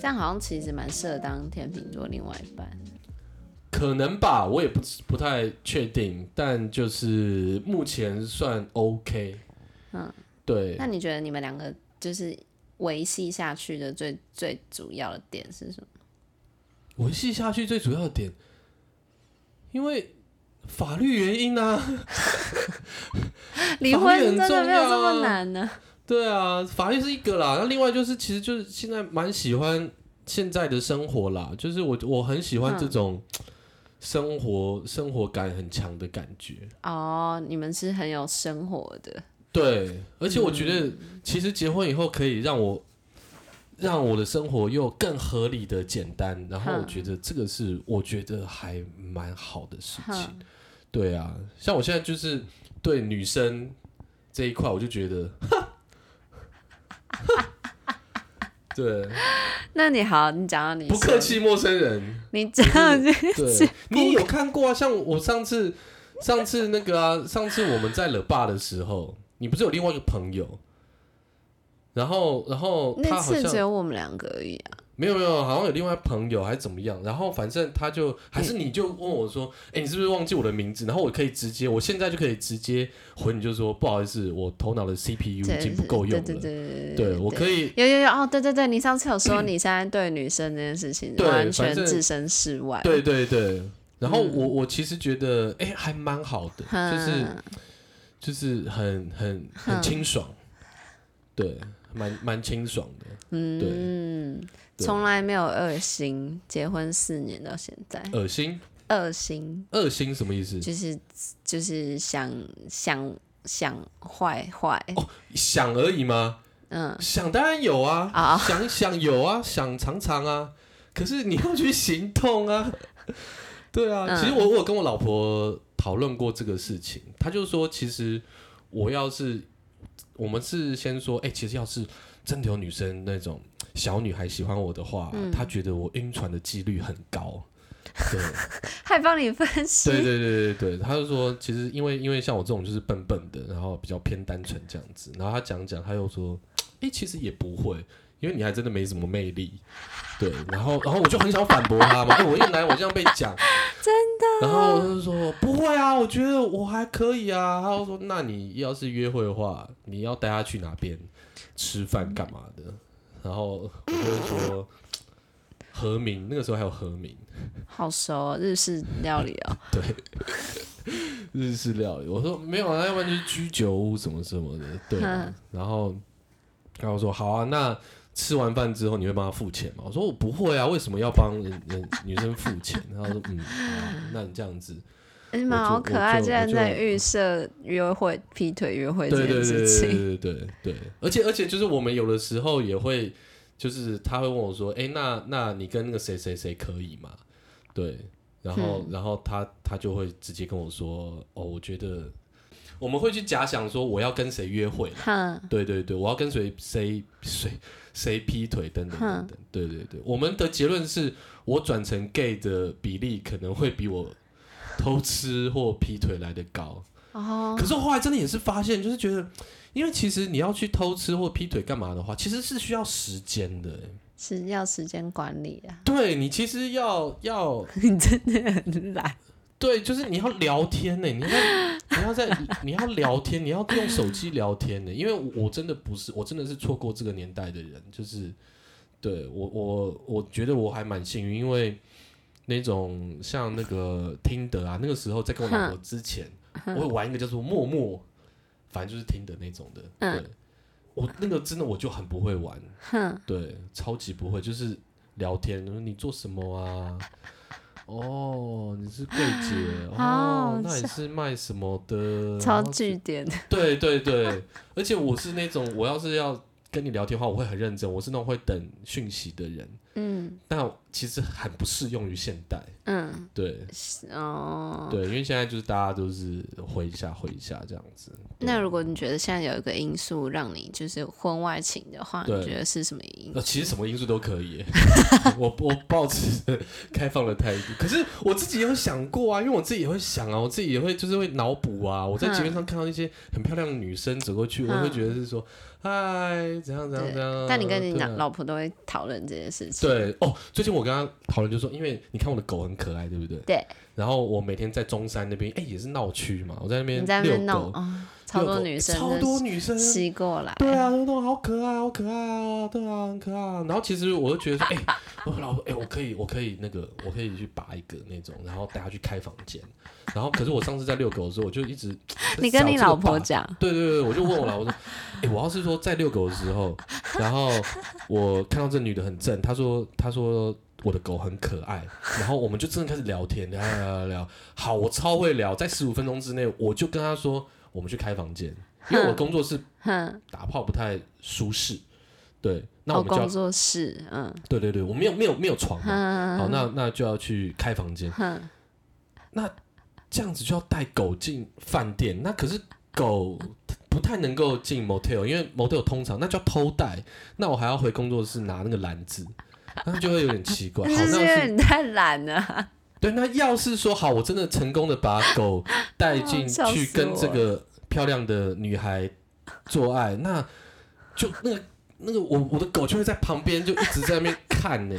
这样好像其实蛮适合当天秤座另外一半。可能吧，我也不不太确定，但就是目前算 OK。嗯，对，那你觉得你们两个就是维系下去的最最主要的点是 什么？维系下去最主要的点，因为法律原因啊， 离婚真的没有这么难 呢、对啊，法律是一个啦。那另外就是，其实就是现在蛮喜欢现在的生活啦，就是我我很喜欢这种生活、生活感很强的感觉。哦，你们是很有生活的，对，而且我觉得其实结婚以后可以让我、让我的生活又更合理的简单，然后我嗯觉得这个是我觉得还蛮好的事情。哼，对啊，像我现在就是对女生这一块，我就觉得， 对，那你好，你讲到你不客，气，陌生人。你讲到这 对，你也有看过啊？像我上次，上次那个啊，上次我们在惹爸的时候，你不是有另外一个朋友，然后，然后 他那好次只像有我们两个而已啊。没有没有，好像有另外朋友还是怎么样，然后反正他就还是你就问我说，哎、你是不是忘记我的名字？然后我可以直接，我现在就可以直接回你，就说不好意思，我头脑的 CPU 对已经不够用了，对对对对我可以有有有哦，对对对，你上次有说你现在对女生这件事情对完反全正置身事外，对对对，然后我、嗯我其实觉得，哎、还蛮好的，哼，就是就是很很很清爽，对，蛮蛮清爽的。嗯，对从来没有二心，结婚四年到现在，恶心，二心恶心什么意思？就是就是想想想坏坏，哦想而已吗？嗯，想当然有啊，啊想想 有啊，想常常啊，可是你要去行动啊。 对啊，嗯其实我我有跟我老婆讨论过这个事情，她就说，其实我要是我们是先说，哎、其实要是真的有女生那种小女孩喜欢我的话，嗯她觉得我晕船的几率很高。对。还帮你分析，对对对对对，他就说，其实因为因为像我这种就是笨笨的，然后比较偏单纯这样子，然后他讲讲，他又说，哎、其实也不会，因为你还真的没什么魅力，对，然后然后我就很想反驳他嘛，哎、我一来我这样被讲， 真的，然后他就说不会啊，我觉得我还可以啊，他就说，那你要是约会的话，你要带他去哪边吃饭干嘛的？然后我就会说，和明那个时候还有和明。好熟、哦、日式料理哦，对，日式料理。我说没有啊，要不然就是居酒屋什么什么的。对啊、 然后然后我说好啊，那吃完饭之后你会帮他付钱吗？我说我不会啊，为什么要帮人人女生付钱？他说嗯，好那你这样子，你们哎好可我爱，就竟然我在就预设约会、劈腿、约会 这对对对件事对情。对对对对，而且而且就是我们有的时候也会，就是他会问我说，哎、那那你跟那个谁谁谁可以吗？对，然后、然后他他就会直接跟我说，哦，我觉得我们会去假想说我要跟谁约会啦， 哼，对对对，我要跟谁谁谁谁劈腿等等等等，对对对，我们的结论是我转成 gay 的比例可能会比我偷吃或劈腿来的高。哦，可是我后来真的也是发现，就是觉得，因为其实你要去偷吃或劈腿干嘛的话，其实是需要时间的欸。是要时间管理啊， 对你其实要要你真的很懒。对，就是你要聊天呢，你要你要在你要聊天，你要用手机聊天呢，因为我我真的不是，我真的是错过这个年代的人，就是对我我我觉得我还蛮幸运，因为那种像那个听得啊，那个时候在跟我老婆之前，我会玩一个叫做陌陌，反正就是听的那种的，对。我那个真的我就很不会 玩，对，超级不会，就是聊天，你做什么啊？哦，你是柜姐 好哦，那你是卖什么的？超然后据点，对对对，而且我是那种，我要是要跟你聊天的话，我会很认真，我是那种会等讯息的人。嗯，那其实很不适用于现代。嗯，对哦。对，因为现在就是大家都是回一下回一下这样子。对那如果你觉得现在有一个因素让你就是婚外情的话，对你觉得是什么因素？呃，其实什么因素都可以 耶，我我保持开放的态度。可是我自己也有想过啊，因为我自己也会想啊，我自己也会就是会脑补啊。我在嗯街面上看到一些很漂亮的女生走过去，我嗯会觉得是说，嗨，怎样怎样对怎样。但你跟你对啊老老婆都会讨论这件事情。对哦，最近我跟他讨论就说，因为你看我的狗很可爱，对不对？对。然后我每天在中山那边，哎，也是闹区嘛，我在那边你在那边遛弄狗，哦，超遛多狗女生超就多女生吸过来。对啊，那种好可爱，好可爱啊，对啊，很可爱啊。然后其实我就觉得说，哎、 我老婆，哎、我可以，我可以那个，我可以去拔一个那种，然后带她去开房间。然后可是我上次在遛狗的时候，我就一直你跟你老婆讲。讲，对对对，我就问我老 婆说：“哎、我要是说在遛狗的时候，然后我看到这女的很正，她说她说我的狗很可爱，然后我们就真的开始聊天，聊聊聊聊聊。好，我超会聊，在十五分钟之内，我就跟她说我们去开房间，因为我的工作是哼，打炮不太舒适，对，那哦，我们就要、工作室，嗯对对对，我没有没有没有床嘛，好，哼那那就要去开房间，嗯哼，那这样子就要带狗进饭店，那可是狗不太能够进 motel，因为 motel 通常那就要偷带，那我还要回工作室拿那个篮子，那就会有点奇怪。那好，是那因要为是你太懒了啊，对，那要是说好，我真的成功的把 狗带进啊笑死去跟这我个漂亮的女孩做爱，那就那个那个我我的狗就会在旁边就一直在那边看呢、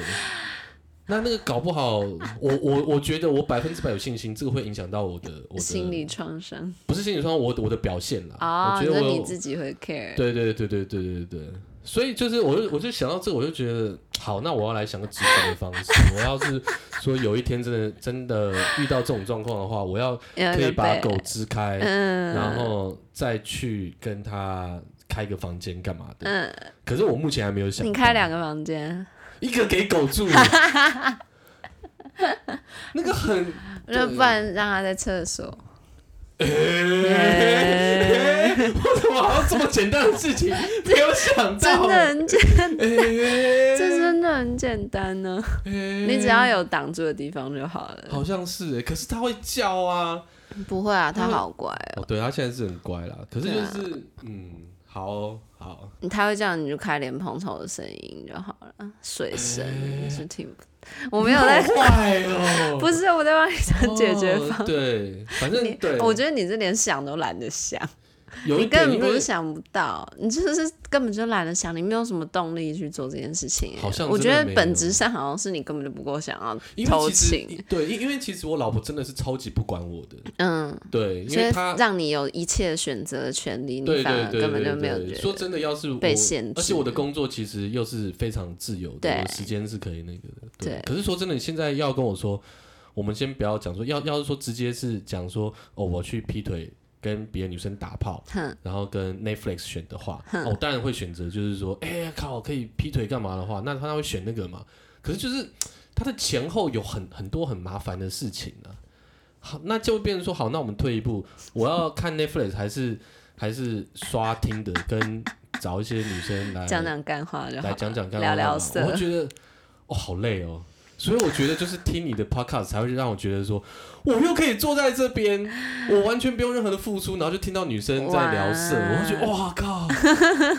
那那个搞不好，我我我觉得我百分之百有信心，这个会影响到我的我 的心理创伤不是心理创伤，我的我的表现啦。哦，啊我你觉说得我你有自己会 care，对对对对对对对，所以就是我就我就想到这个，我就觉得好，那我要来想个止损的方式。 我要是说有一天真的真的遇到这种状况的话，我要要可以有把被狗支开，嗯然后再去跟它开个房间干嘛的。可是我目前还没有想嗯到。你开两个房间，一个给狗 住，那个很 啊那不然让他在厕所，嗯欸我怎么好像这么简单的事 情没有想真到？的很简，欸，这真的很简单呢，欸你只要有挡住的地方就好了。好像是欸，可是它会叫啊。不会啊，他嗯好乖哦，哦，对，它现在是很乖啦，可是对就啊是、嗯，好哦好，他会这样，你就开莲蓬头的声音就好了，水声就听不。我没有在你好坏哦， 不是，我在帮你想解决哦方案。对，反你正对，我觉得你是连想都懒得想，有一你根点本因不为是想不到，你就是根本就懒得想，你没有什么动力去做这件事情欸。好像我真觉的得没本有质上好像是你根本就不够想要因偷为其实情，对，因因为其实我老婆真的是超级不管我的，嗯，对，因所以为她让你有一切选择的权利，你对反对而对根本就对没有对，觉说得。真的，要是我被限而且我的制工作其实又是非常自由的，对我时间是可以那个的。对，对可是说真的，你现在要跟我说，我们先不要讲说，要要是说直接是讲说，哦，我去劈腿跟别的女生打炮，哼，然后跟 Netflix 选的话，哦，我当然会选择就是说，哎、呀靠，可以劈腿干嘛的话，那他会选那个嘛？可是就是他的前后有很很多很麻烦的事情啊。好，那就变成说，好，那我们退一步，我要看 Netflix 还是还是刷听的，跟找一些女生来讲讲干话就好来了，讲讲干聊嘛聊干嘛色我会觉得哦，好累哦。所以我觉得就是听你的 podcast 才会让我觉得说，我又可以坐在这边，我完全不用任何的付出，然后就听到女生在聊色，哇我会觉得哇靠，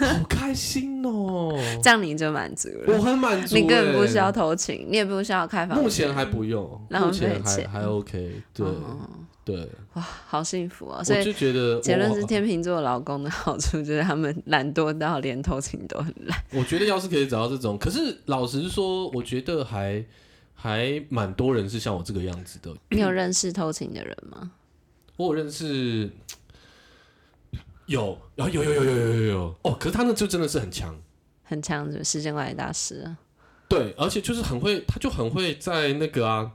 好开心哦， 这样你就满足我了。很满足、欸。你根本不需要偷情，你也不需要开房间。目前还不用，嗯浪费目前还钱还 OK，对、哦对，哇，好幸福哦！所我以就觉得结论我是，天秤座老公的好处 就是他们懒惰到连偷情都很懒。我觉得要是可以找到这种，可是老实说，我觉得还还蛮多人是像我这个样子的，你有认识偷情的人吗？我有认识，有，然后有有有有有有有哦，可是他那就真的是很强，很强的时间管理大师啊，对，而且就是很会，他就很会在那个啊，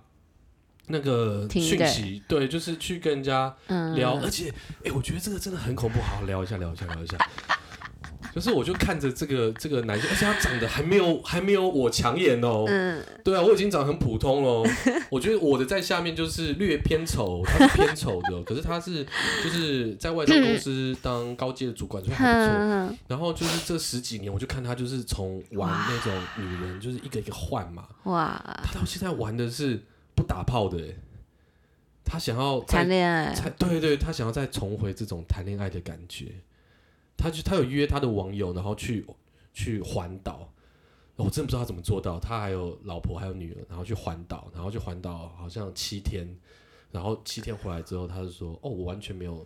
那个 Tinder 讯息，对，就是去跟人家嗯，聊，而且哎、我觉得这个真的很恐怖，好好聊一下，聊一下，聊一下。可是我 就看着这个这个男生，而且他长得还没有还没有我抢眼哦。嗯，对啊，我已经长得很普通喽。我觉得我的在下面就是略偏丑，他是偏丑的，哦可是他是就是在外商公司当高阶的主管，所以还不错。哼然后就是这十几年，我就看他就是从玩那种女人，就是一个一个换嘛。哇，他到现在玩的是不打炮的欸，他想要再谈恋爱，才对对，他想要再重回这种谈恋爱的感觉。他就他有约他的网友，然后去去环岛。哦我真的不知道他怎么做到，他还有老婆还有女儿，然后去环岛，然后去环岛好像七天，然后七天回来之后，他就说：“哦，我完全没有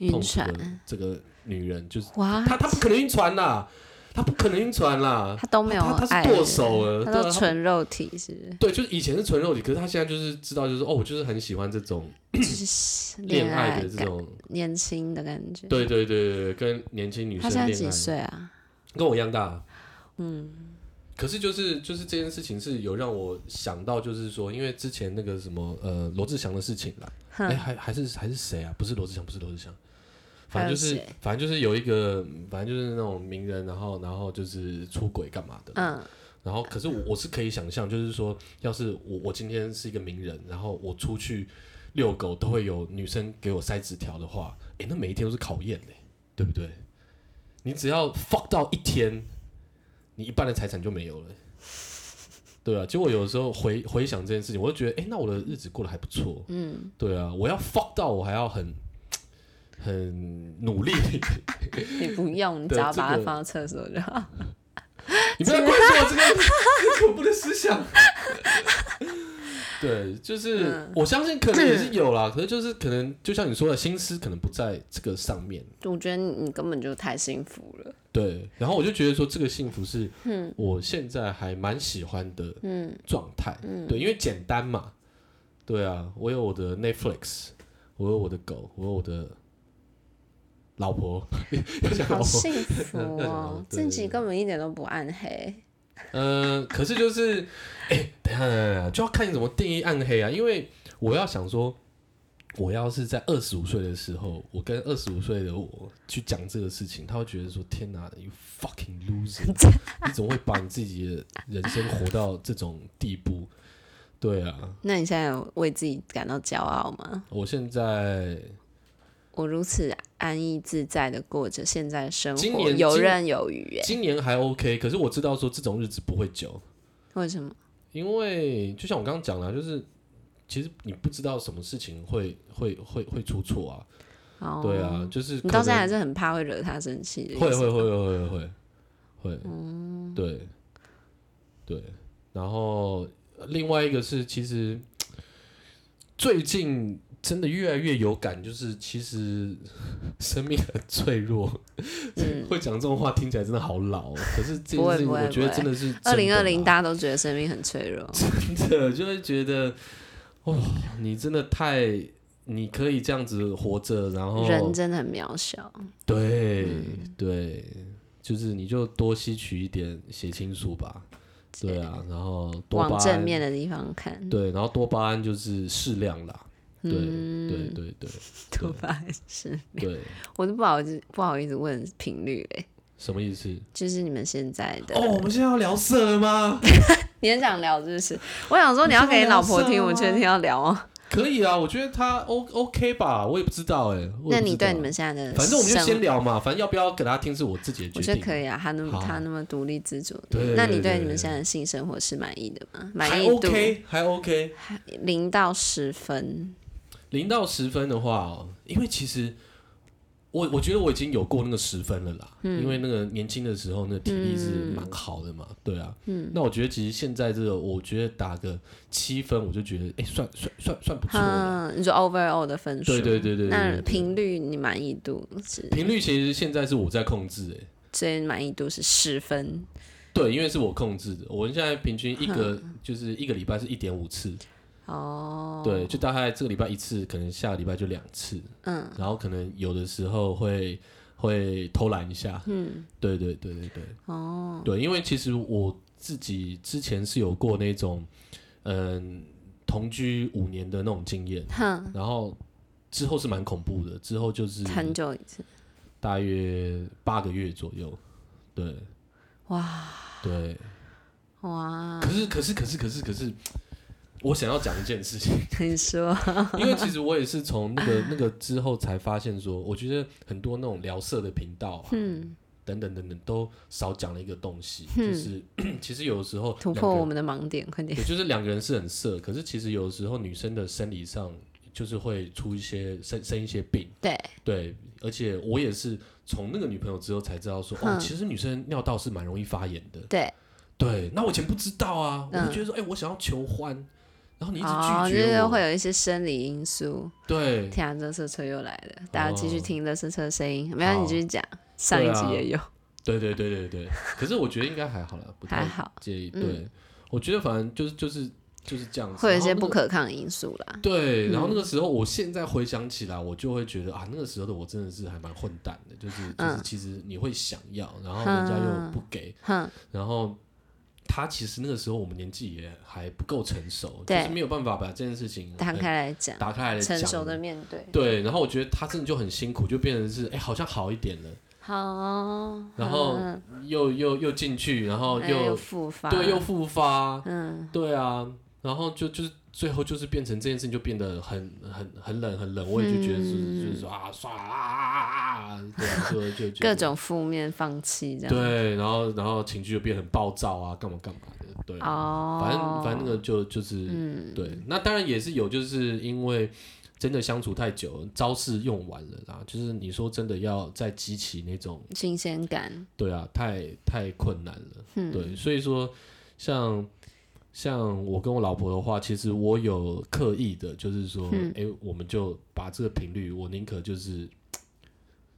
晕碰这船啊个，这个女人，就是哇，他他不可能晕船啦，他不可能晕船啦。”他都没有他他是爱剁手了人他对啊都他纯肉体是不是对，就是以前是纯肉体，可是他现在就是知道，就是哦，我就是很喜欢这种 就是恋恋爱爱的这感，种，年轻的感觉。对对对对，对跟年轻女他生现在恋几爱，岁啊？跟我一样大。啊嗯，可是就是就是这件事情是有让我想到，就是说，因为之前那个什么呃罗志祥的事情啦，哎、哼，还还是还是谁啊？不是罗志祥，不是罗志祥，反正还就是有谁反正就是有一个反正就是那种名人，然后然后就是出轨干嘛的，嗯，然后，可是我我是可以想象，就是说，要是我我今天是一个名人，然后我出去遛狗都会有女生给我塞纸条的话，诶，那每一天都是考验嘞，对不对？你只要 fuck 到一天，你一半的财产就没有了，对啊。结果有时候回回想这件事情，我就觉得，诶，那我的日子过得还不错，嗯，对啊。我要 fuck 到我还要很很努力，你不用，你只对要这把它个放到厕所就好。你不要灌输我这个这个恐怖的思想。对，就是、我相信可能也是有啦，可是就是可能就像你说的，心思可能不在这个上面。我觉得你你根本就太幸福 了。对，然后我就觉得说这个幸福是，我现在还蛮喜欢的状态。对，因为简单嘛。对啊，我有我的 Netflix，我有我的狗，我有我的老婆， 要讲老好婆， 幸福那那哦种！对自己对对根本一点都不暗黑，嗯，可是就是，哎、等一下等一下等一下，就要看你怎么定义暗黑啊。因为我要想说，我要是在二十五岁的时候，我跟二十五岁的我去讲这个事情，他会觉得说：“天哪，you fucking loser，你怎么会把你自己的人生活到这种地步？”对啊，那你现在有为自己感到骄傲吗？我现在我如此安逸自在的过着现在的生今活，年游今刃有余耶。今年还 OK，可是我知道说这种日子不会久，为什么？因为就像我刚刚讲了，就是其实你不知道什么事情会会会会出错啊。哦，对啊，就是你可到现在能还是很怕会惹他生气的意思。嗯会会会会会会会，对对。然后呃另外一个是，其实最近真的越来越有感，就是其实 生命很脆弱。嗯，会讲这种话听起来真的好老哦，可是这不会件事情不会我觉得不会真的是二零二零大家 大都觉得生命很脆弱，真的就会觉得，哇，你真的太。你可以这样子活着，然后人真的很渺小。对、嗯对，就是你就多吸取一点血清素吧。对啊，然后多巴往胺正面的地方看，对，然后多巴胺就是适量啦。对、对对对嗯多巴胺是，对，我都不好意思不好意思问频率嘞，什么意思？就是你们现在的哦，我们现在要聊色了吗？你很想聊，是不是？我想说你要给老婆听，我确定要聊哦。可以啊，我觉得他 O OK 吧，我也不知道哎、那我也不知道你对你们现在的，反正我们就先，聊嘛，反正要不要给他听是我自己的决我觉定。得可以啊。他那么好他那么独立自主对，那你对对对你们现在的性生活是满意的吗？满还意度 OK 还 OK。零到十分，零到十分的话、哦，因为其实我我觉得我已经有过那个十分了啦，因为那个年轻的时候那个体力是蛮好的嘛，对啊，那我觉得其实现在这个，我觉得打个七分，我就觉得哎、算算算算不错了。嗯，你说 overall 的分数，对对对对对那对频率你满意度是，频率其实现在是我在控制、哎，所以满意度是十分，对，因为是我控制的，我现在平均一个就是一个礼拜是一点五次，哦，对，就大概这个礼拜一次，可能下个礼拜就两次，嗯，然后可能有的时候会会偷懒一下，嗯，对对对对对，哦，对，因为其实我自己之前是有过那种，嗯，同居五年的那种经验，哼，然后之后是蛮恐怖的，之后就是很久以前，大约八个月左右，对，哇对，哇，可是可是可是可是可是，我想要讲一件事情， 你说 因为其实我也是从那个那个之后才发现说，我觉得很多那种聊色的频道啊，嗯等等等等，都少讲了一个东西， 就是 其实有的时候突两破个人我们的盲点，快点也就是两个人是很色，可是其实有的时候女生的生理上就是会出一些生生一些病，对对，而且我也是从那个女朋友之后才知道说，哦，嗯其实女生尿道是蛮容易发炎的，对，对，那我以前不知道啊，我嗯就觉得说，哎、我想要求欢，然后你一直哦，就拒绝是我，会有一些生理因素。对，天啊，垃圾车又来了，大家继续哦听垃圾车的声音，没有你继续讲，上对一啊集也有，对对对对对，可是我觉得应该还好啦，不还太好，介意，嗯对，我觉得反正就是就是就是这样子，会有一然后些那不个可嗯抗因素哦啦。对，然后那个时候，我现在回想起来，我就会觉得啊，那个时候的我真的是还蛮混蛋的，就是就是，嗯其实你会想要，然后人家又不给，哼，然后他其实那个时候我们年纪也还不够成熟，就对是没有办法把这件事情摊呃开来讲，打开来成讲，熟的面对。对，然后我觉得他真的就很辛苦，就变成是哎，好像好一点了，好哦，然后嗯又又又进去，然后哎又又复发，对又复发，嗯，对啊，然后就就是最后就是变成这件事情就变得很很很冷很冷，我也就觉得是、嗯就是说啊算了啊啊啊啊啊，对啊，就就就各种负面放弃这样。对，然后然后情绪就变得很暴躁啊，干嘛干嘛的，对，哦，啊反正反正那个就就是、嗯，对，那当然也是有，就是因为。真的相处太久，招式用完了啦。就是你说真的要再激起那种新鲜感，对啊，太太困难了。嗯对，所以说像像我跟我老婆的话，其实我有刻意的，就是说，嗯哎、我们就把这个频率，我宁可就是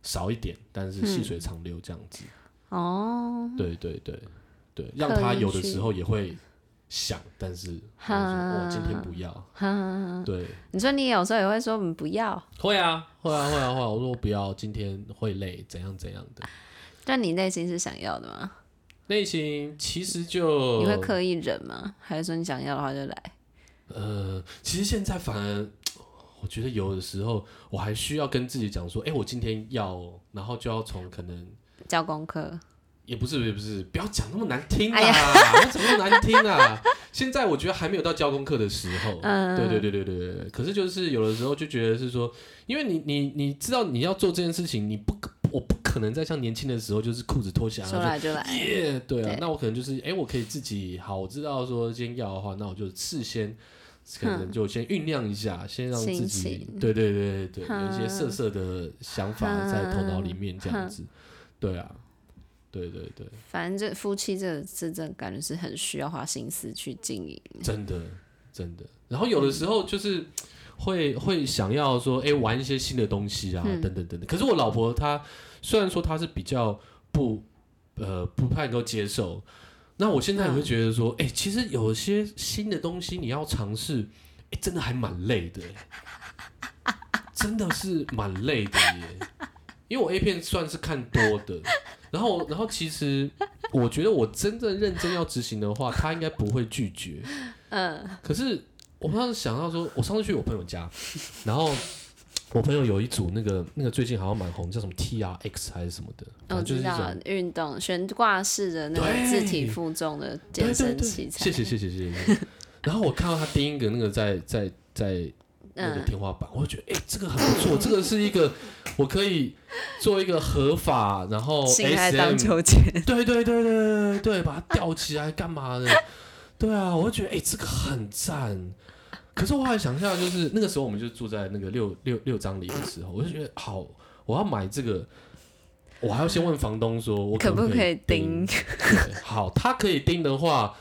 少一点，但是细水长流这样子。嗯哦，对对对对，让他刻意有的去时候也会想，但是他说哈我今天不要。对，你说你有时候也会说我们不要，会啊，会啊，会啊，会啊。我说我不要，今天会累，怎样怎样的。但你内心是想要的吗？内心其实就你会刻意忍吗？还是说你想要的话就来？呃，其实现在反而，我觉得有的时候我还需要跟自己讲说，哎、我今天要哦，然后就要从可能交功课，也不是也不是，不要讲那么难听哎啦，我怎么那么难听啊？ 现在我觉得还没有到交功课的时候，嗯对对对对对对。可是就是有的时候就觉得是说，因为你你你知道你要做这件事情，你不可我不可能再像年轻的时候就是裤子脱下来说来就来，耶对啊，对那我可能就是，哎、我可以自己好，我知道说今天要的话，那我就事先可能就先酝酿一下，先让自心己情，对对对对对，有一些哼色色的想法在头脑里面这样哼子，对啊，对对对，反正这夫妻这这这感觉是很需要花心思去经营。真的真的。然后有的时候就是会会想要说，哎、玩一些新的东西啊，等等等等。可是我老婆她虽然说她是比较不呃不太能够接受，那我现在也会觉得说，哎、其实有些新的东西你要尝试，哎、真的还蛮累的、真的是蛮累的耶。因为我 A 片算是看多的，然后然后其实我觉得我真正认真要执行的话，他应该不会拒绝。嗯，可是我当时想到说，我上次去我朋友家， 然后我朋友有一组那个那个最近好像蛮红，叫什么 T R X 还是什么的，反哦我正啊就是知一道种。运动悬挂式的那对个字体负重的健身器材，对对对谢谢谢谢谢谢。谢谢然后我看到他第一个那个在在在那个嗯天花板，我就觉得哎、这个很不错，这个是一个我可以做一个合法，然后性爱 SM 荡秋千，对对对对对对，把它吊起来干嘛的？对啊，我就觉得哎、这个很赞。可是我后来想一下，就是那个时候我们就住在那个六六六张里的时候，我就觉得好，我要买这个，我还要先问房东说，我可不不可以钉钉？对， 好，他可以钉的话，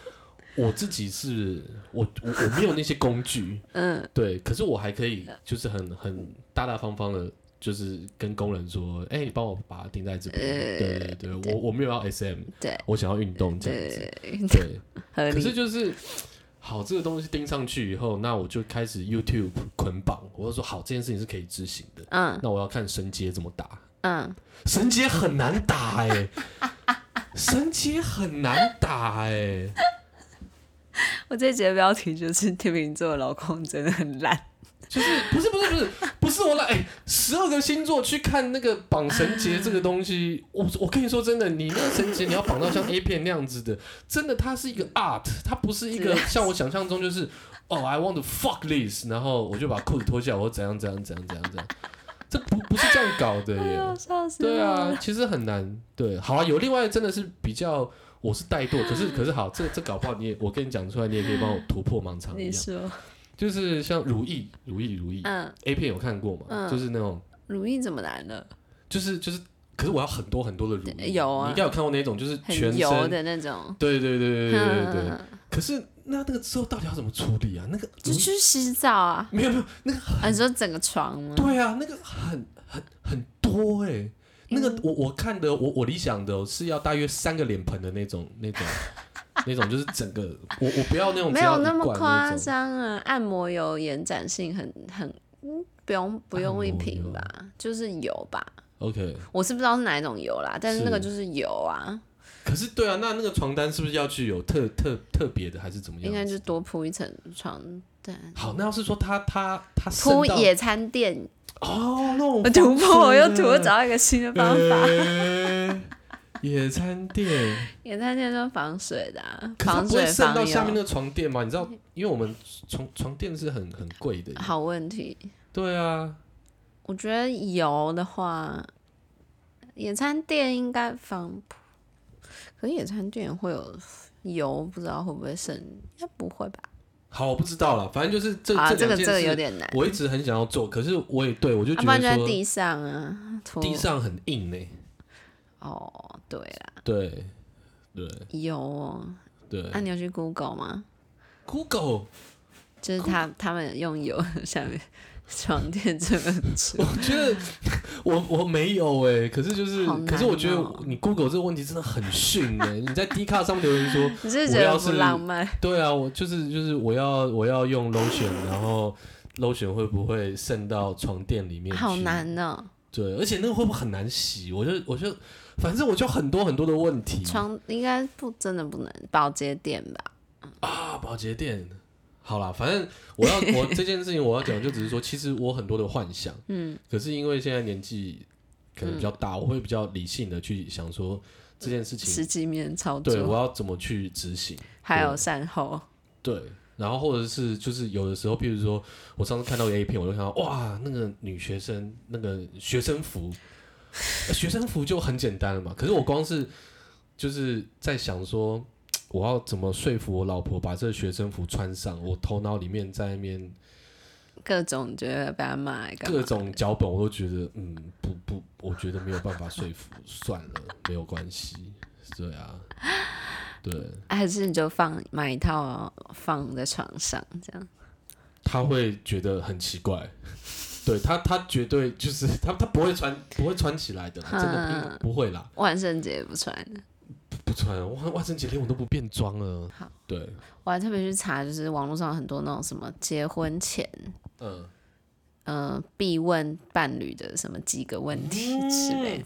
我自己是我我我没有那些工具， 嗯，对，可是我还可以就是很很大大方方的。就是跟工人说，哎、你帮我把它钉在这边。对对对，我我没有要 SM，呃对我想要运动这样子。对， 对，合可是理。就是好，这个东西钉上去以后，那我就开始 YouTube 捆绑，我就说好，这件事情是可以执行的。嗯那我要看神阶怎么打，嗯，神阶很难打哎、 神阶很难打哎、我这节标题就是天秤座的老公真的很烂，就是不是不是不是不是是我来哎十二个星座去看那个绑绳结这个东西，我我跟你说真的，你那个绳结你要绑到像 A 片那样子的，真的它是一个 art，它不是一个是像我想象中就是哦、I want to fuck this，然后我就把裤子脱下来，我怎样怎样怎样怎样怎样，这不不是这样搞的哎呦，耶。笑死对我啊了。，其实很难。对，好啊，有另外真的是比较，我是怠惰，可是可是好，这这搞不好你也，我跟你讲出来，你也可以帮我突破盲肠一你样。说，就是像如意，如意，如意、嗯， a 片有看过吗？嗯就是那种，如意怎么来了？就是就是，可是我要很多很多的如意。有啊你应该有看过那种，就是全很油身。的那种。对对对对对对对对。嗯，可是那那个之后到底要怎么处理啊？那个嗯就去洗澡啊！没有没有那个啊，你说整个床吗？对啊，那个很很很多哎、那嗯个我我看的我我理想的是要大约三个脸盆的那种 那种那种，就是整个我我不要那种没只要有一那么罐夸种张啊，按摩油延展性很很，嗯，不用不用一按摩瓶油吧，就是油吧， OK，我是不知道是哪一种油啦，但是那是个就是油啊，可是对啊，那那个床单是不是要去有特特特别的，还是怎么样？应该就多铺一层床单，好，那要是说他他他渗铺到野餐垫，哦，那 我我突破，我又突破，破找到一个新的方法，呃野餐垫，野餐垫就是防水的、啊，可是它防不水会渗防到下面油，那个床垫吗？你知道，因为我们床床垫是很很贵的，好问题，对啊，我觉得油的话，野餐垫应该防不，可是野餐垫会有油，不知道会不会渗，应该不会吧？好，我不知道了，反正就是这、啊，这这个两件这事，个有点难，我一直很想要做，可是我也对我就要、觉不然就得在说、地上啊，涂地上很硬呢、哦，对啦，对对油哦，对、那、你有去 Google 吗？ Google，就是他他们用油 下面床垫这本书，我觉得我我没有哎、可是就是、好难可是我觉哦得你 Google 这个问题真的很逊哎、你在 D 卡上面留言说，你是我觉得要不是浪漫？对啊，我就是就是我要我要用 lotion，然后 lotion 会不会渗到床垫里面去？好难哦，对，而且那个会不会很难洗？我就我就反正我就很多很多的问题。床应该不真的不能，保洁垫吧？啊，保洁店。好啦，反正我要我这件事情我要讲，就只是说，其实我很多的幻想，嗯，可是因为现在年纪可能比较大，我会比较理性的去想说这件事情，十几面操对我作，要怎么去执行，还有善后，对，然后或者是就是有的时候，譬如说我上次看到一个 A 片，我就看到哇，那个女学生那个学生服，呃学生服就很简单了嘛，可是我光是就是在想说。我要怎么说服我老婆把这个学生服穿上？我头脑里面在那边各种觉得被他骂干嘛各？种脚本，我都觉得嗯，不不，我觉得没有办法说服，算了，没有关系，对啊，对，还是你就放买一套放在床上这样？他会觉得很奇 怪，对他他绝对就是他他不会穿不会穿起来的啦，真的不不会啦，万圣节也不穿，不穿，万万圣节连我都不变装啊了好，对，我还特别去查，就是网络上很多那种什么结婚前嗯，呃必问伴侣的什么几个问题嗯之类的。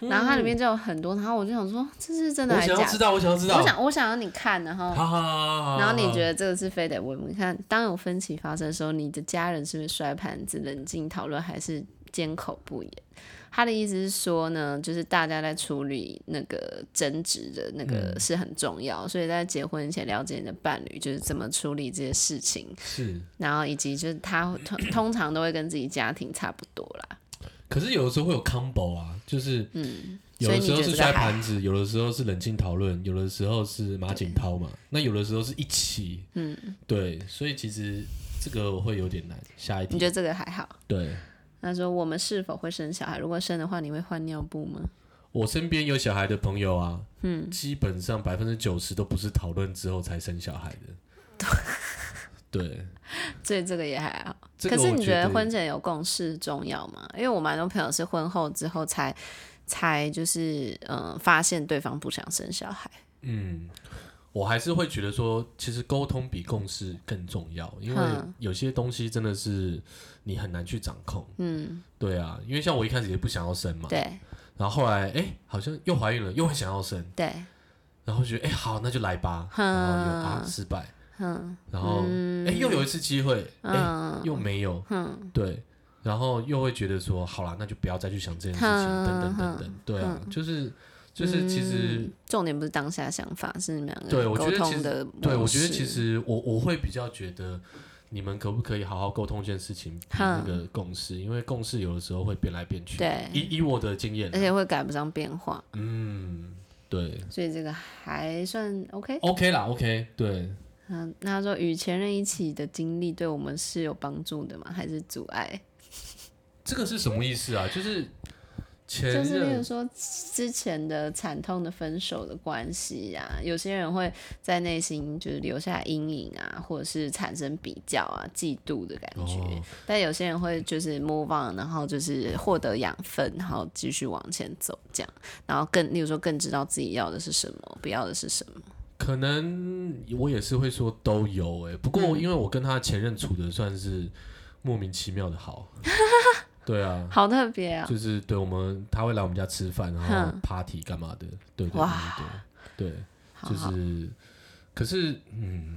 然后它里面就有很多，然后我就想说，这是真的我还是想假要的？知道，我想要知道，我想我想要你看，然后好好好好，然后你觉得得这个是非得问问看，当有分歧发生的时候，你的家人是不是摔盘子、冷静讨论，还是缄口不言？他的意思是说呢，就是大家在处理那个争执的那个是很重要，所以在结婚前了解你的伴侣就是怎么处理这些事情，是，然后以及就是他通通常都会跟自己家庭差不多啦。可是有的时候会有 combo 啊，就是嗯，有所以的你时觉候得这是个摔还盘子，有的时候是冷静讨论，有的时候是马景涛嘛，那有的时候是一起，嗯，对，所以其实这个我会有点难，下一你题觉，得这个还好？对。他说我们是否会生小孩？如果生的话，你会换尿布吗？ 我身边有小孩的朋友啊，嗯，基本上百分之九十都不是讨论之后才生小孩的。 对，所以这个也还好。这个可是我你觉觉得得婚前有共识重要吗？因为我蛮多朋友是婚后之后才才就是嗯、呃发现对方不想生小孩，嗯，我还是会觉得说，其实沟通比共识更重要，因为嗯有些东西真的是你很难去掌控。嗯，对啊，因为像我一开始也不想要生嘛，对然后后来哎、诶好像又怀孕了，又很想要生，对，然后觉得哎、诶好，那就来吧，然后又啊失败，嗯然后哎、诶又有一次机会，哎、嗯又没有，哼对，然后又会觉得说，好啦，那就不要再去想这件事情，哼等等等哼等，对啊，哼就是就是其实嗯重点不是当下想法，是你们两对个我觉沟得其通实的对，我模觉得式其实我我会比较觉得，你们可不可以好好沟通一件事情，比那哼个共识，因为共识有的时候会变来变去。对哎以以我的经验啊，而且会赶不上变化，嗯，对所以这个还算 OK。 ，OK 啦，OK，对，嗯，那他说与前任一起的经历对我们是有帮助的吗？还是阻碍？这个是什么意思啊？就是前就是例如任，说之前的惨痛的分手的关系呀、有些人会在内心就是留下阴影啊，或者是产生比较啊、嫉妒的感觉。哦但有些人会就是 move on，然后就是获得养分，然后继续往前走，这样，然后更，例如说更知道自己要的是什么，不要的是什么。可能我也是会说都有哎、不嗯过因为我跟他前任处的算是莫名其妙 的好，对啊，好特别啊！就是对我们他会来我们家吃饭，然后哼 party 干嘛的，对对对哇对对，好就好，是，可是嗯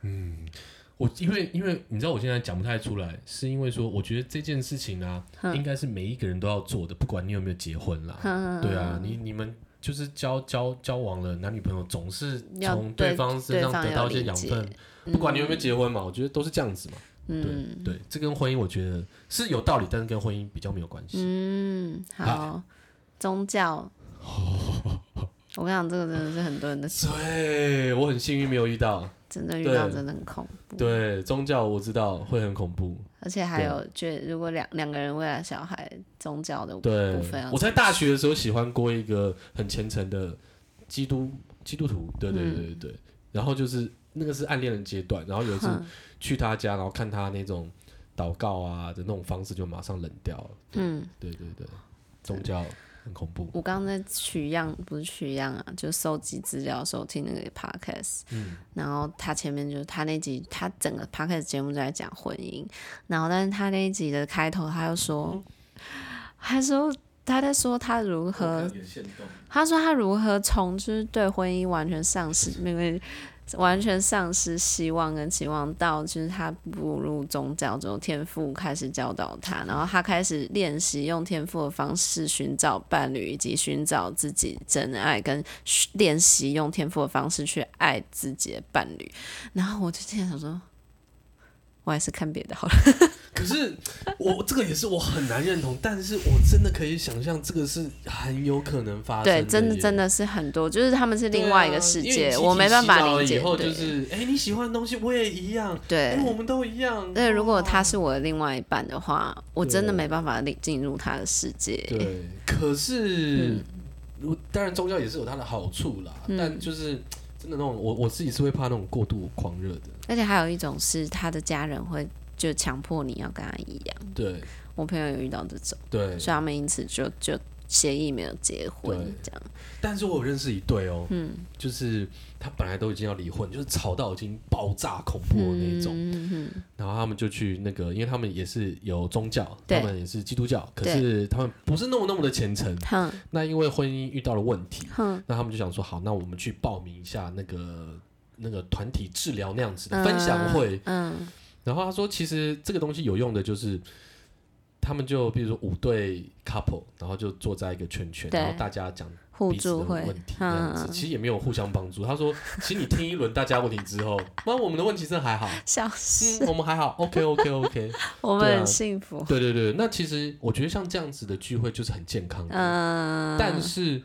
嗯，我因为因为你知道我现在讲不太出来，是因为说我觉得这件事情啊，应该是每一个人都要做的，不管你有没有结婚啦，嗯对啊，你你们。就是交交交往了男女朋友，总是要从对方身对上方得有到一些理养解分，不管你有没有结婚嘛，我觉得都是这样子嘛。嗯对对，这跟婚姻我觉得是有道理，但是跟婚姻比较没有关系。嗯，啊好，宗 教。我跟你讲，这个真的是很多人的，对，我很幸运没有遇到。真的遇到对真的很恐怖。对，宗教我知道会很恐怖。而且还有，觉得如果两两个人未来小孩宗教的对部分啊要，我在大学的时候喜欢过一个很虔诚的基督基督徒，对对对嗯对对。然后就是那个是暗恋的阶段，然后有一次哼去他家，然后看他那种祷告啊的那种方式，就马上冷掉了。嗯，对对对，宗教很恐怖。我刚刚在取样，不是取样啊，就收集资料的时候听那个 podcast，、然嗯后他前面就是他那集，他整个 podcast 节目都在讲婚姻，然后但是他那一集的开头他又说，他说他在说他如何，他说他如何从就是对婚姻完全丧失，因为完全丧失希望跟期望，到就是他步入宗教之后，天赋开始教导他，然后他开始练习用天赋的方式寻找伴侣，以及寻找自己真爱，跟学练习用天赋的方式去爱自己的伴侣。然后我就现在想说，我还是看别的好了。可是我这个也是我很难认同，但是我真的可以想象，这个是很有可能发生对，真的耶真的是很多，就是他们是对另啊外一个世因为界，集体我没办洗法脑了理解。以后对就是，哎、你喜欢的东西我也一样，哎、对，我们都一样。那如果哇他是我的另外一半的话，我真的对没办法领进入他的世界。对，可是、如当然宗教也是有它的好处啦，嗯但就是真的那种我我自己是会怕那种过度狂热的。而且还有一种是他的家人会就强迫你要跟他一样。对我朋友有遇到这种，对，所以他们因此就就协议没有结婚对这样。但是我有认识一对哦，嗯，就是他本来都已经要离婚，就是吵到已经爆炸恐怖的那种，嗯嗯然后他们就去那个，因为他们也是有宗教，对他们也是基督教，可对是他们不是那么那么的虔诚。哼那因为婚姻遇到了问题，哼，那他们就想说，好，那我们去报名一下那个那个团体治疗那样子的分享会。嗯然后他说，其实这个东西有用的就是，他们就比如说五对 couple，然后就坐在一个圈圈，对然后大家讲互彼此的助会问题，这样嗯子，其实也没有互相帮助。他说，其实你听一轮大家问题之后，那我们的问题真 的还好，笑死，嗯，我们还好，OK OK OK。我对们啊很幸福。对对对，那其实我觉得像这样子的聚会就是很健康的，嗯，但是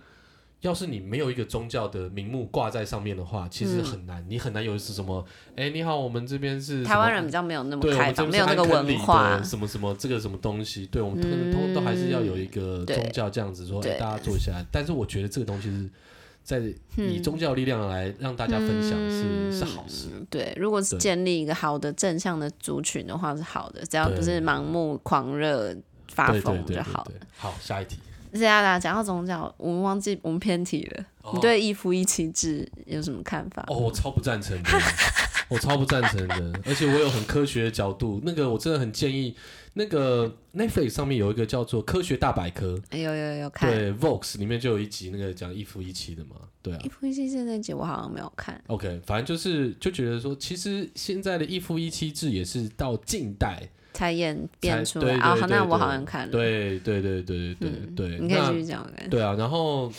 要是你没有一个宗教的名目挂在上面的话，其实嗯很难，你很难有一次什么，哎，你好，我们这边是什么台湾人比较没有那么对，我开们这放，边没是有那个安肯里文化嗯的。什么什么这个什么东西，对我们可能通都还是要有一个对宗教这样子说，哎对大家坐下来。但是我觉得这个东西是在以嗯宗教力量来让大家分享是是好事，对，如果是对建立一个好的正向的族群的话是好的，只要对不是盲目狂热发对对疯对就对好了。对。好，下一题。接下来讲到宗教，我们忘记我们偏题了。哦你对一夫一妻制有什么看法？哦，我超不赞成的。我超不赞成的，而且我有很科学的角度。那个我真的很建议，那个 Netflix 上面有一个叫做《科学大百科》，哎有有有看，对 Vox 里面就有一集那个讲一夫一妻的嘛，对啊一。夫一妻制那集我好像没有看， OK，反正就是就觉得说，其实现在的一夫一妻制也是到近代才演变才出对来对啊，好，对那对我好像看了，嗯对对对对对对，你可以那继续讲，我看对啊，然后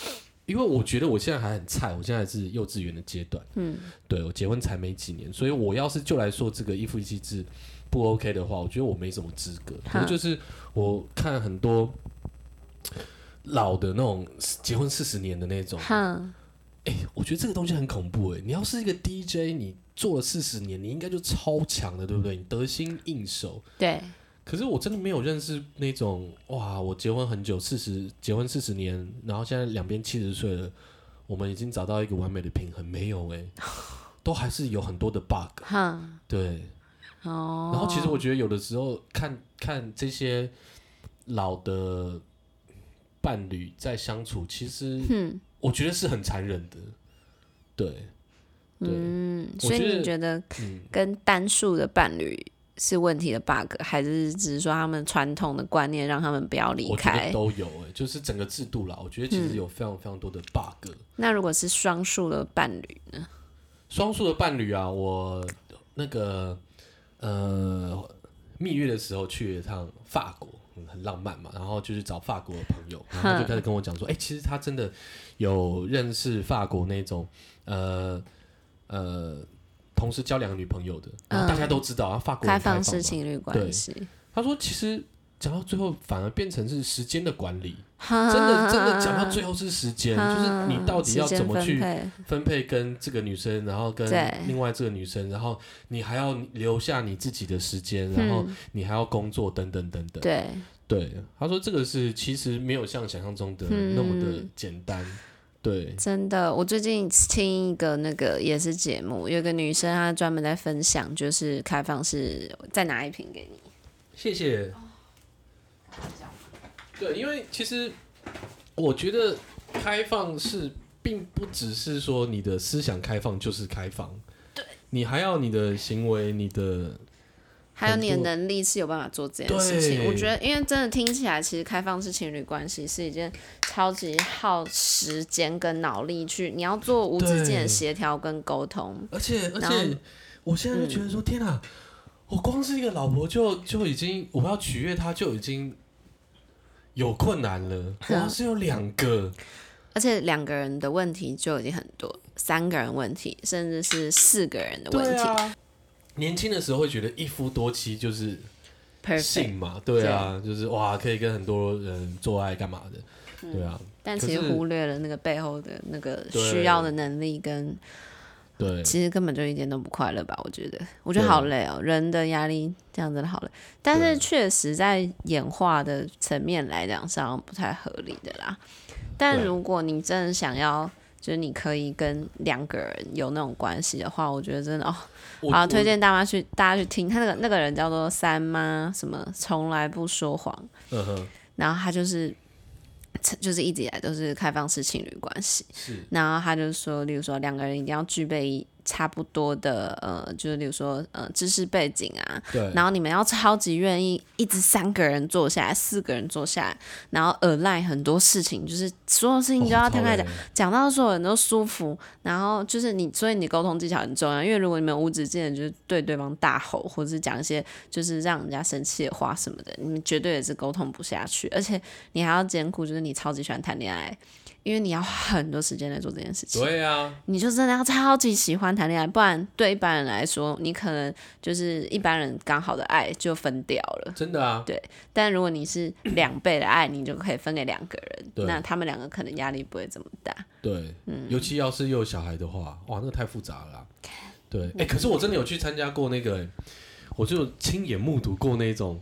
因为我觉得我现在还很菜，我现在还是幼稚园的阶段，嗯，对我结婚才没几年，所以我要是就来说这个一夫一妻制不 OK 的话，我觉得我没什么资格。可是哈就是我看很多老的那种结婚四十年的那种，哼，哎、我觉得这个东西很恐怖哎、你要是一个 DJ，你做了四十年，你应该就超强的，对不对？你得心应手。对，可是我真的没有认识那种哇，我结婚很久，四十结婚四十年，然后现在两边七十岁了，我们已经找到一个完美的平衡，没有哎、 都还是有很多的 bug。哼，对，哦，然后其实我觉得有的时候看看这些老的伴侣在相处，其实嗯我觉得是很残忍的。对，对嗯，我所以觉得你觉得嗯，跟单数的伴侣是问题的 bug，还是只是说他们传统的观念让他们不要离我觉得开？嗯都有哎、就是整个制度啦，我觉得其实有非常非常多的 bug。那如果是双数的伴侣，双数的伴侣啊，我那个呃蜜月的时候去了一趟法国，嗯很浪漫嘛，然后就是找法国的朋友，然后他就开始跟我讲说，哎、其实他真的有认识法国那种呃呃同时交两个女朋友的，然后大家都知道啊，法国人开放放式嘛情侣对关系，他说其实讲到最后反而变成是时间的管理，真真的真的讲到 最后是时间，就是你到底要怎么去分配跟这个女生，然后跟对另外这个女生，然后你还要留下你自己的时间，然后你还要工作等等等等。对，嗯对，嗯他说这个是其实没有像想象中的那么的简单。对，真的，我最近听一个那个也是节目，有一个女生她专门在分享，就是开放式，再拿一瓶给你。谢谢。对，因为其实我觉得开放是并不只是说你的思想开放就是开放，对你还要你的行为、你的还有你的很多能力是有办法做这件事情。对我觉得，因为真的听起来，其实开放式情侣关系是一件超级耗时间跟脑力去，你要做无止境的对协调跟沟通。而且而然后且，我现在就觉得说，天哪！我光是一个老婆就就已经，我要取悦她就已经有困难了。哼我要是有两个，而且两个人的问题就已经很多，三个人问题，甚至是四个人的问对题。啊。年轻的时候会觉得一夫多妻就是 Perfect，性嘛，对啊，就是哇，可以跟很多人呃做爱干嘛的，嗯对啊，但可其实是忽略了那个背后的那个对需要的能力跟，对，其实根本就一点都不快乐吧？我觉得，我觉得对啊好累哦，人的压力这样真的好累。但是对啊确实在演化的层面来讲是好像不太合理的啦。但对啊如果你真的想要，就是你可以跟两个人有那种关系的话，我觉得真的哦，我好我推荐大妈去大家去听，他那个那个人叫做三妈，什么从来不说谎。嗯哼，然后他就是就是一直以来都是开放式情侣关系。是然后他就说，例如说两个人一定要具备差不多的呃，就是例如说呃知识背景啊，对，然后你们要超级愿意一直三个人坐下来，四个人坐下来，然后 align 很多事情，就是所有事情哦都要超摊开累讲，讲到所有人都舒服，然后就是你，所以你沟通技巧很重要，因为如果你们无止境的就是对对方大吼，或者是讲一些就是让人家生气的话什么的，你们绝对也是沟通不下去，而且你还要兼顾就是你超级喜欢谈恋爱，因为你要花很多时间来做这件事情，对啊，你就真的要超级喜欢谈恋爱，不然对一般人来说，你可能就是一般人刚好的爱就分掉了。真的啊，但如果你是两倍的爱，你就可以分给两个对人，那他们两个可能压力不会这么大。对，嗯尤其要是又有小孩的话，哇，那个太复杂了啦。对，嗯哎、可是我真的有去参加过那个、诶我就亲眼目睹过那种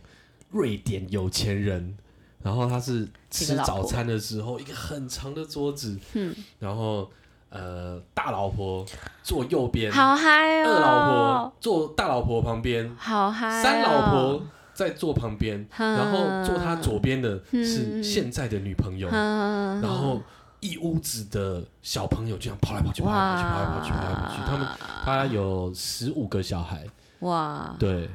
瑞典有钱人，然后他是吃几个老婆早餐的时候，一个很长的桌子，嗯然后呃，大老婆坐右边，好嗨哦！二老婆坐大老婆旁边，好嗨、哦！三老婆在坐旁边，嗯然后坐他左边的是现在的女朋友，嗯，然后一屋子的小朋友就这样跑来跑去，跑来跑去，跑来跑去，跑来跑去。他们哇他有十五个小孩，哇，对，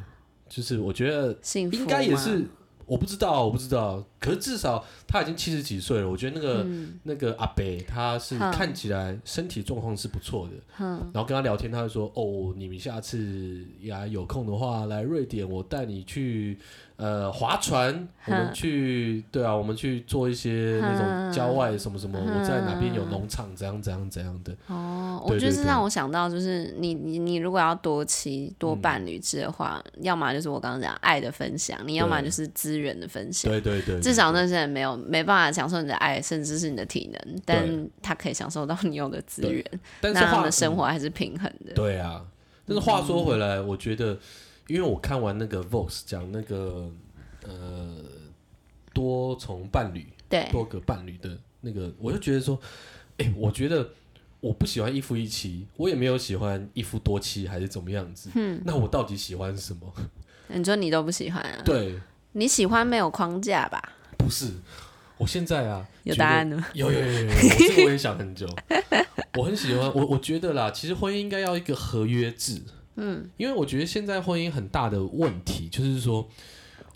就是我觉得幸福应该也吗是，我不知道，我不知道。可是至少他已经七十几岁了，我觉得那个、嗯那个阿北他是哼看起来身体状况是不错的，哼，然后跟他聊天，他就说：“哦，你们下次呀有空的话来瑞典，我带你去呃划船，我哼们去对啊，我们去做一些那种郊外什么什么，我在哪边有农场，怎样怎样怎样的。哦，对我就对是对让我想到，就是你你你如果要多妻多嗯伴侣制的话，要么就是我刚刚讲爱的分享，你要么对就是资源的分享。对对对，至少那些人没有没办法享受你的爱，甚至是你的体能，但他可以享受到你有的资源，但是那他话们的生活还是平衡的。对啊，但是话说回来，我觉得，因为我看完那个 Vox 讲那个呃多重伴侣、对，多个伴侣的那个，我就觉得说，哎、我觉得我不喜欢一夫一妻，我也没有喜欢一夫多妻还是怎么样子。嗯，那我到底喜欢什么？ 你说你都不喜欢啊？对，你喜欢没有框架吧？不是，我现在啊，有觉答得案了吗？有有有有，有，我这个我也想很久。我很喜欢，我我觉得啦，其实婚姻应该要一个合约制。嗯，因为我觉得现在婚姻很大的问题就是说，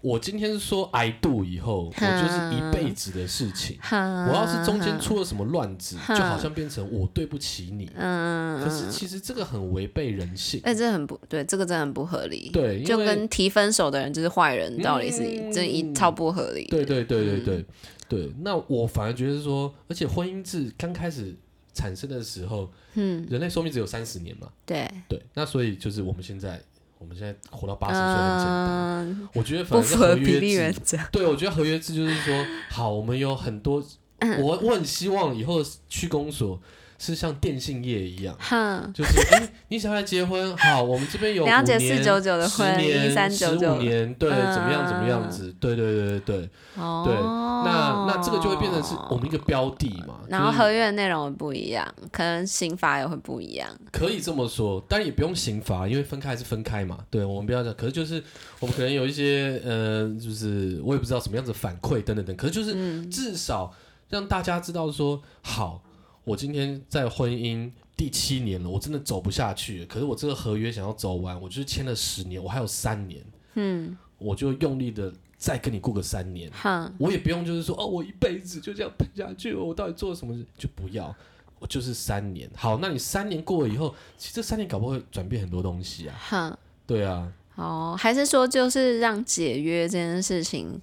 我今天说 I do 以后，我就是一辈子的事情。 我要是中间啊出了什么乱子，就好像变成我对不起你。嗯，可是其实这个很违背人性。哎、这很不对，这个真的很不合理。对，因就为跟提分手的人就是坏人，道理是一，嗯这一超不合理。对对对嗯对对、对，那我反而觉得说，而且婚姻制刚开始产生的时候，嗯，人类寿命只有三十年嘛。对，对，那所以就是我们现在，我们现在活到八十岁很简单。嗯，我觉得反不正是符合合比约例原制， 则。对我觉得合约制就是说，好，我们有很多，嗯我我很希望以后的区公所是像电信业一样。哼，就是，哎、你想要结婚？好，我们这边有了解5年499的婚10年1399 15年，对，怎嗯么样，怎么样子？对对对对对。哦，那那这个就会变成是我们一个标的嘛，然后就是合约的内容也不一样，可能刑法也会不一样。可以这么说，当然也不用刑罚，因为分开还是分开嘛。对，我们不要讲，可是就是我们可能有一些呃，就是我也不知道什么样子的反馈等等等，可是就是嗯至少让大家知道说，好，我今天在婚姻第七年了，我真的走不下去了，可是我这个合约想要走完，我就是签了十年，我还有三年，嗯，我就用力的再跟你过个三年，哼，我也不用就是说哦，我一辈子就这样陪下去，我到底做了什么事就不要，我就是三年。好，那你三年过了以后，其实这三年搞不好会转变很多东西啊。哼，对啊，哦，还是说就是让解约这件事情，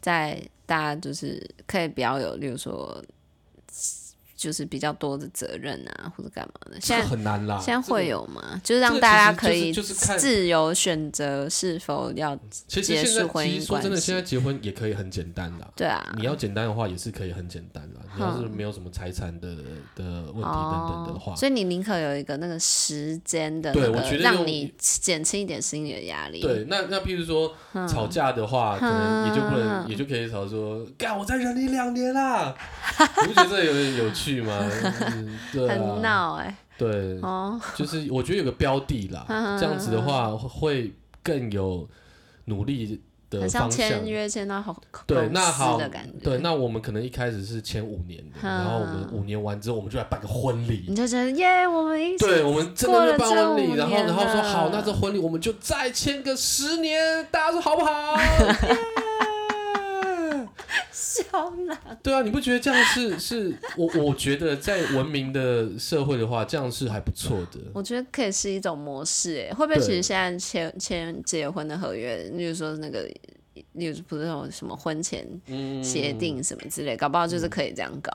在大家就是可以比较有，例如说，就是比较多的责任啊，或者干嘛的。啊这现 个在很难啦。现在会有吗？就是这让个大家其实可就是以就是看自由选择是否要这个，其结实束现在婚姻其实说真的，关系现在结婚也可以很简单啦。对啊，你要简单的话，也是可以很简单啦。你要是没有什么财产的的问题等等的话，哦所以你宁可有一个那个时间的、那对个，我觉得让用你减轻一点心理的压力。对，那那譬如说嗯吵架的话，可能也就不能，也就可以吵说，干我再忍你两 年啦，你不觉得这有点有趣吗？嗯对很啊，闹哎、对，哦，嗯就是我觉得有个标的啦，这样子的话会更有努力的很像方向。签约签到好对，公那司好的感，觉。对，那我们可能一开始是签五年的，嗯然后我们五年完之后，我们就来办个婚礼你，就觉得耶，我们一起对，我们真过的了就办这婚五礼，然后年然后说了好，那这婚礼我们就再签个十年，大家说 好不好？耶笑了。对啊，你不觉得这样是是我我觉得在文明的社会的话，这样是还不错的。 我觉得可以是一种模式哎，会不会对其实现在签签结婚的合约，例如说那个，例如不是有什么婚前嗯，协定什么之类，搞不好就是可以这样搞，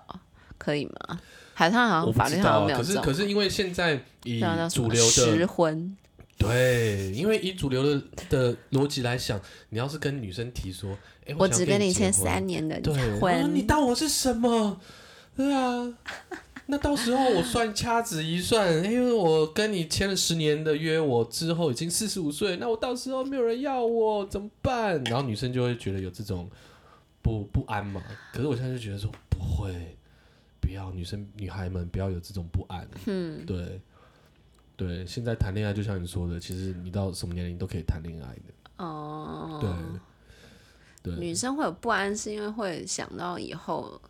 可以吗？好像好像我不法律知好道像没啊，有可这是种。可是因为现在以叫叫什主么流实的婚，对，因为以主流的的逻辑来想，你要是跟女生提说，哎，我想只要跟跟你结签婚三年的对，我说婚，啊你当我是什么？对啊，那到时候我算掐指一算，因为我跟你签了十年的约，我之后已经四十五岁，那我到时候没有人要我怎么办？然后女生就会觉得有这种不不安嘛。可是我现在就觉得说不会，不要女生女孩们不要有这种不安。嗯，对。对，现在谈恋爱就像你说的，其实你到什么年龄都可以谈恋爱的。哦，对，对，女生会有不安，是因为会想到以后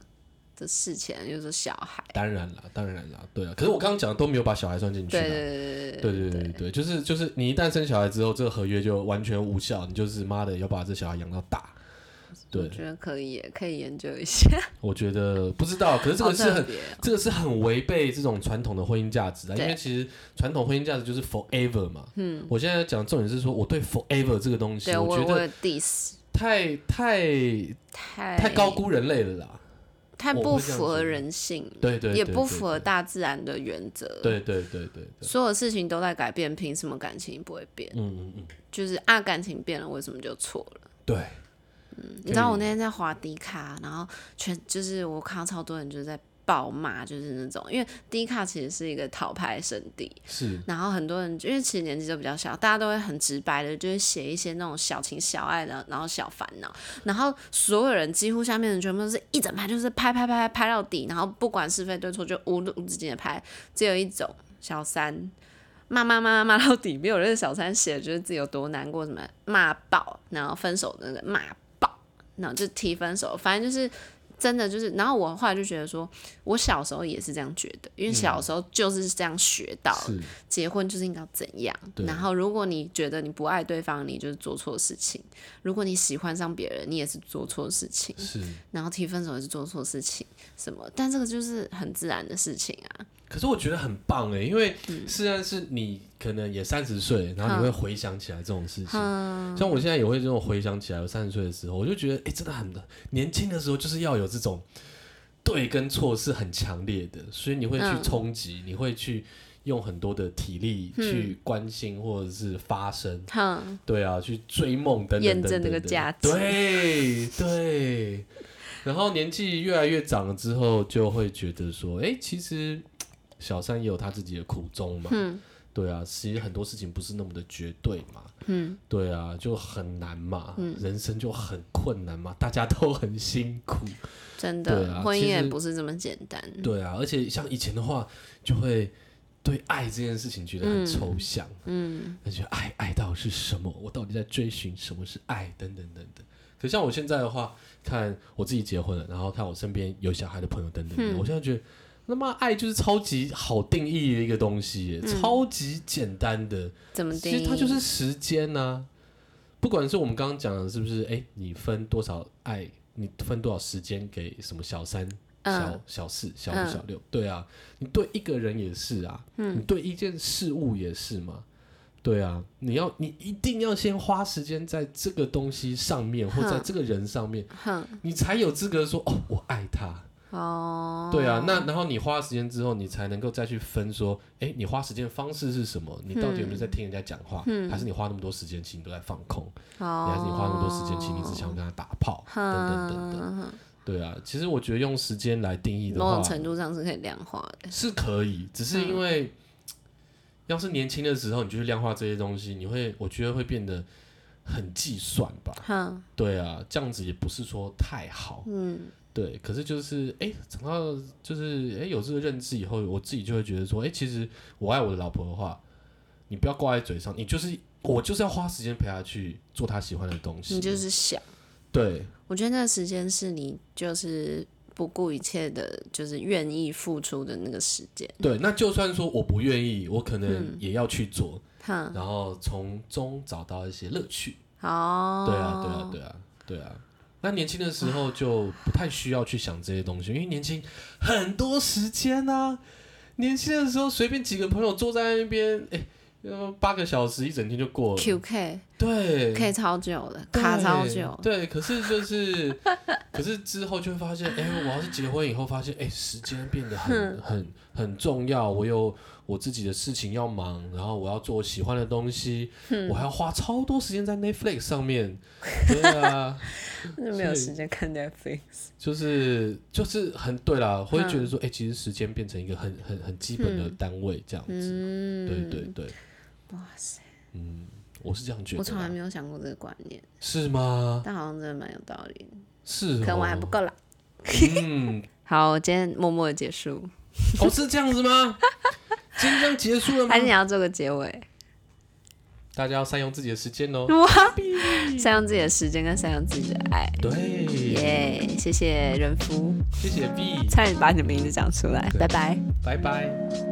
的事情，比如说小孩，当然啦，当然啦，对啊。可是我刚刚讲的都没有把小孩算进去对啦。对对对对对对对，就是就是，你一旦生小孩之后，这个合约就完全无效，你就是妈的要把这小孩养到大。对，对我觉得可以耶，可以研究一下，我觉得不知道，可是这好个是特很别哦这个是很违背这种传统的婚姻价值啊的，因对为其实传统婚姻价值就是 forever 嘛。嗯，我现在讲重点是说，我对 forever 这个东西，对我觉我哎得有 diss 太太太太高估人类了啦。太我不会这样符合觉得人性，对对对，也对不符合对大自然的原则。对对对对对，所有事情都在改变，凭什么感情不会变？嗯嗯嗯，就是啊，感情变了，为什么就错了？对，你知道我那天在滑迪卡，然后全就是我看到超多人就是在暴骂，就是那种，因为迪卡其实是一个讨拍圣地，是然后很多人因为其实年纪都比较小，大家都会很直白的，就是写一些那种小情小爱的，然后小烦恼，然后所有人几乎下面的人全部都是一整排，就是拍拍拍拍拍到底，然后不管是非对错，就无无止境的拍，只有一种小三。骂骂骂骂骂到底，没有人小三写，觉得自己有多难过，什么骂爆，然后分手的那个骂爆，然后就提分手，反正就是真的就是，然后我后来就觉得说，我小时候也是这样觉得，因为小时候就是这样学到的，是，结婚就是应该要怎样。对然后，如果你觉得你不爱对方，你就是做错事情；如果你喜欢上别人，你也是做错事情。是，然后提分手也是做错事情，什么？但这个就是很自然的事情啊。可是我觉得很棒哎，因为虽然是你可能也三十岁，然后你会回想起来这种事情，像我现在也会这种回想起来，我三十岁的时候，我就觉得哎、诶真的很年轻的时候就是要有这种对跟错是很强烈的，所以你会去嗯冲击，你会去用很多的体力去关心或者是发声，哼，对啊，去追梦等等验等证那等个等价值对对。然后年纪越来越长了之后，就会觉得说，哎，其实小三也有他自己的苦衷嘛。嗯对啊，其实很多事情不是那么的绝对嘛。嗯，对啊，就很难嘛，人生就很困难嘛，大家都很辛苦。真对的，啊婚姻其也实不是这么简单。对啊，而且像以前的话，就会对爱这件事情觉得很抽象，嗯，那、觉得爱爱到底是什么？我到底在追寻什么是爱？等等等等。可像我现在的话，看我自己结婚了，然后看我身边有小孩的朋友等等等，我现在觉得。他妈爱就是超级好定义的一个东西耶，超级简单的。怎么其定实它义？就是时间呐、不管是我们刚刚讲的，是不是？哎、你分多少爱，你分多少时间给什么小三、嗯小小四、小嗯五、小六？对啊，你对一个人也是啊，你对一件事物也是嘛。对啊，你要你一定要先花时间在这个东西上面，或在哼这个人上面，哼你才有资格说哦，我爱他。哦，对啊，那然后你花时间之后，你才能够再去分说，哎，你花时间的方式是什么？你到底有没有在听人家讲话？还是你花那么多时间，其实你都在放空？嗯哦，还是你花那么多时间，其实你只想跟他打炮？等等等等。哼，对啊，其实我觉得用时间来定义的某话种，程度嗯上是可以量化的。是可以，只是因为、要是年轻的时候你就去量化这些东西，你会我觉得会变得很计算吧。哼，对啊，这样子也不是说太好。嗯，对，可是就是哎，长到就是哎有这个认知以后，我自己就会觉得说，哎，其实我爱我的老婆的话，你不要挂在嘴上，你就是我就是要花时间陪她去做她喜欢的东西。你就是想。对我觉得那个时间是你就是不顾一切的，就是愿意付出的那个时间。对，那就算说我不愿意，我可嗯能也要去做，哼，然后从中找到一些乐趣。哦，对啊，对啊，对啊，对啊。那年轻的时候就不太需要去想这些东西，因为年轻很多时间啊。年轻的时候随便几个朋友坐在那边，哎、呃八个小时一整天就过了。 QK 啊对，啊可以超久的，对卡超久。对，可是就是， 可是之后就会发现，哎、我要是结婚以后发现，哎、时间变得很很很重要，我有我自己的事情要忙，然后我要做我喜欢的东西，我还要花超多时间在 Netflix 上面。 对啊，那没有时间看 Netflix。就是就是很对啦，会觉得说，哎、其实时间变成一个很很很基本的单位这样子。 嗯，对对对，哇塞，嗯，我是这样觉我得从来啦。没有想过这个观念，是吗？但好像真的蛮有道理的，是、哦，可能我还不够啦。嗯， 好，今天默默的结束，哦，是这样子吗？今天这样结束了吗还是？你要做个结尾？大家要善用自己的时间哦。善用自己的时间跟善用自己的爱。对，耶、谢谢人夫，谢谢 B，差点把你的名字讲出来，对拜拜。拜拜。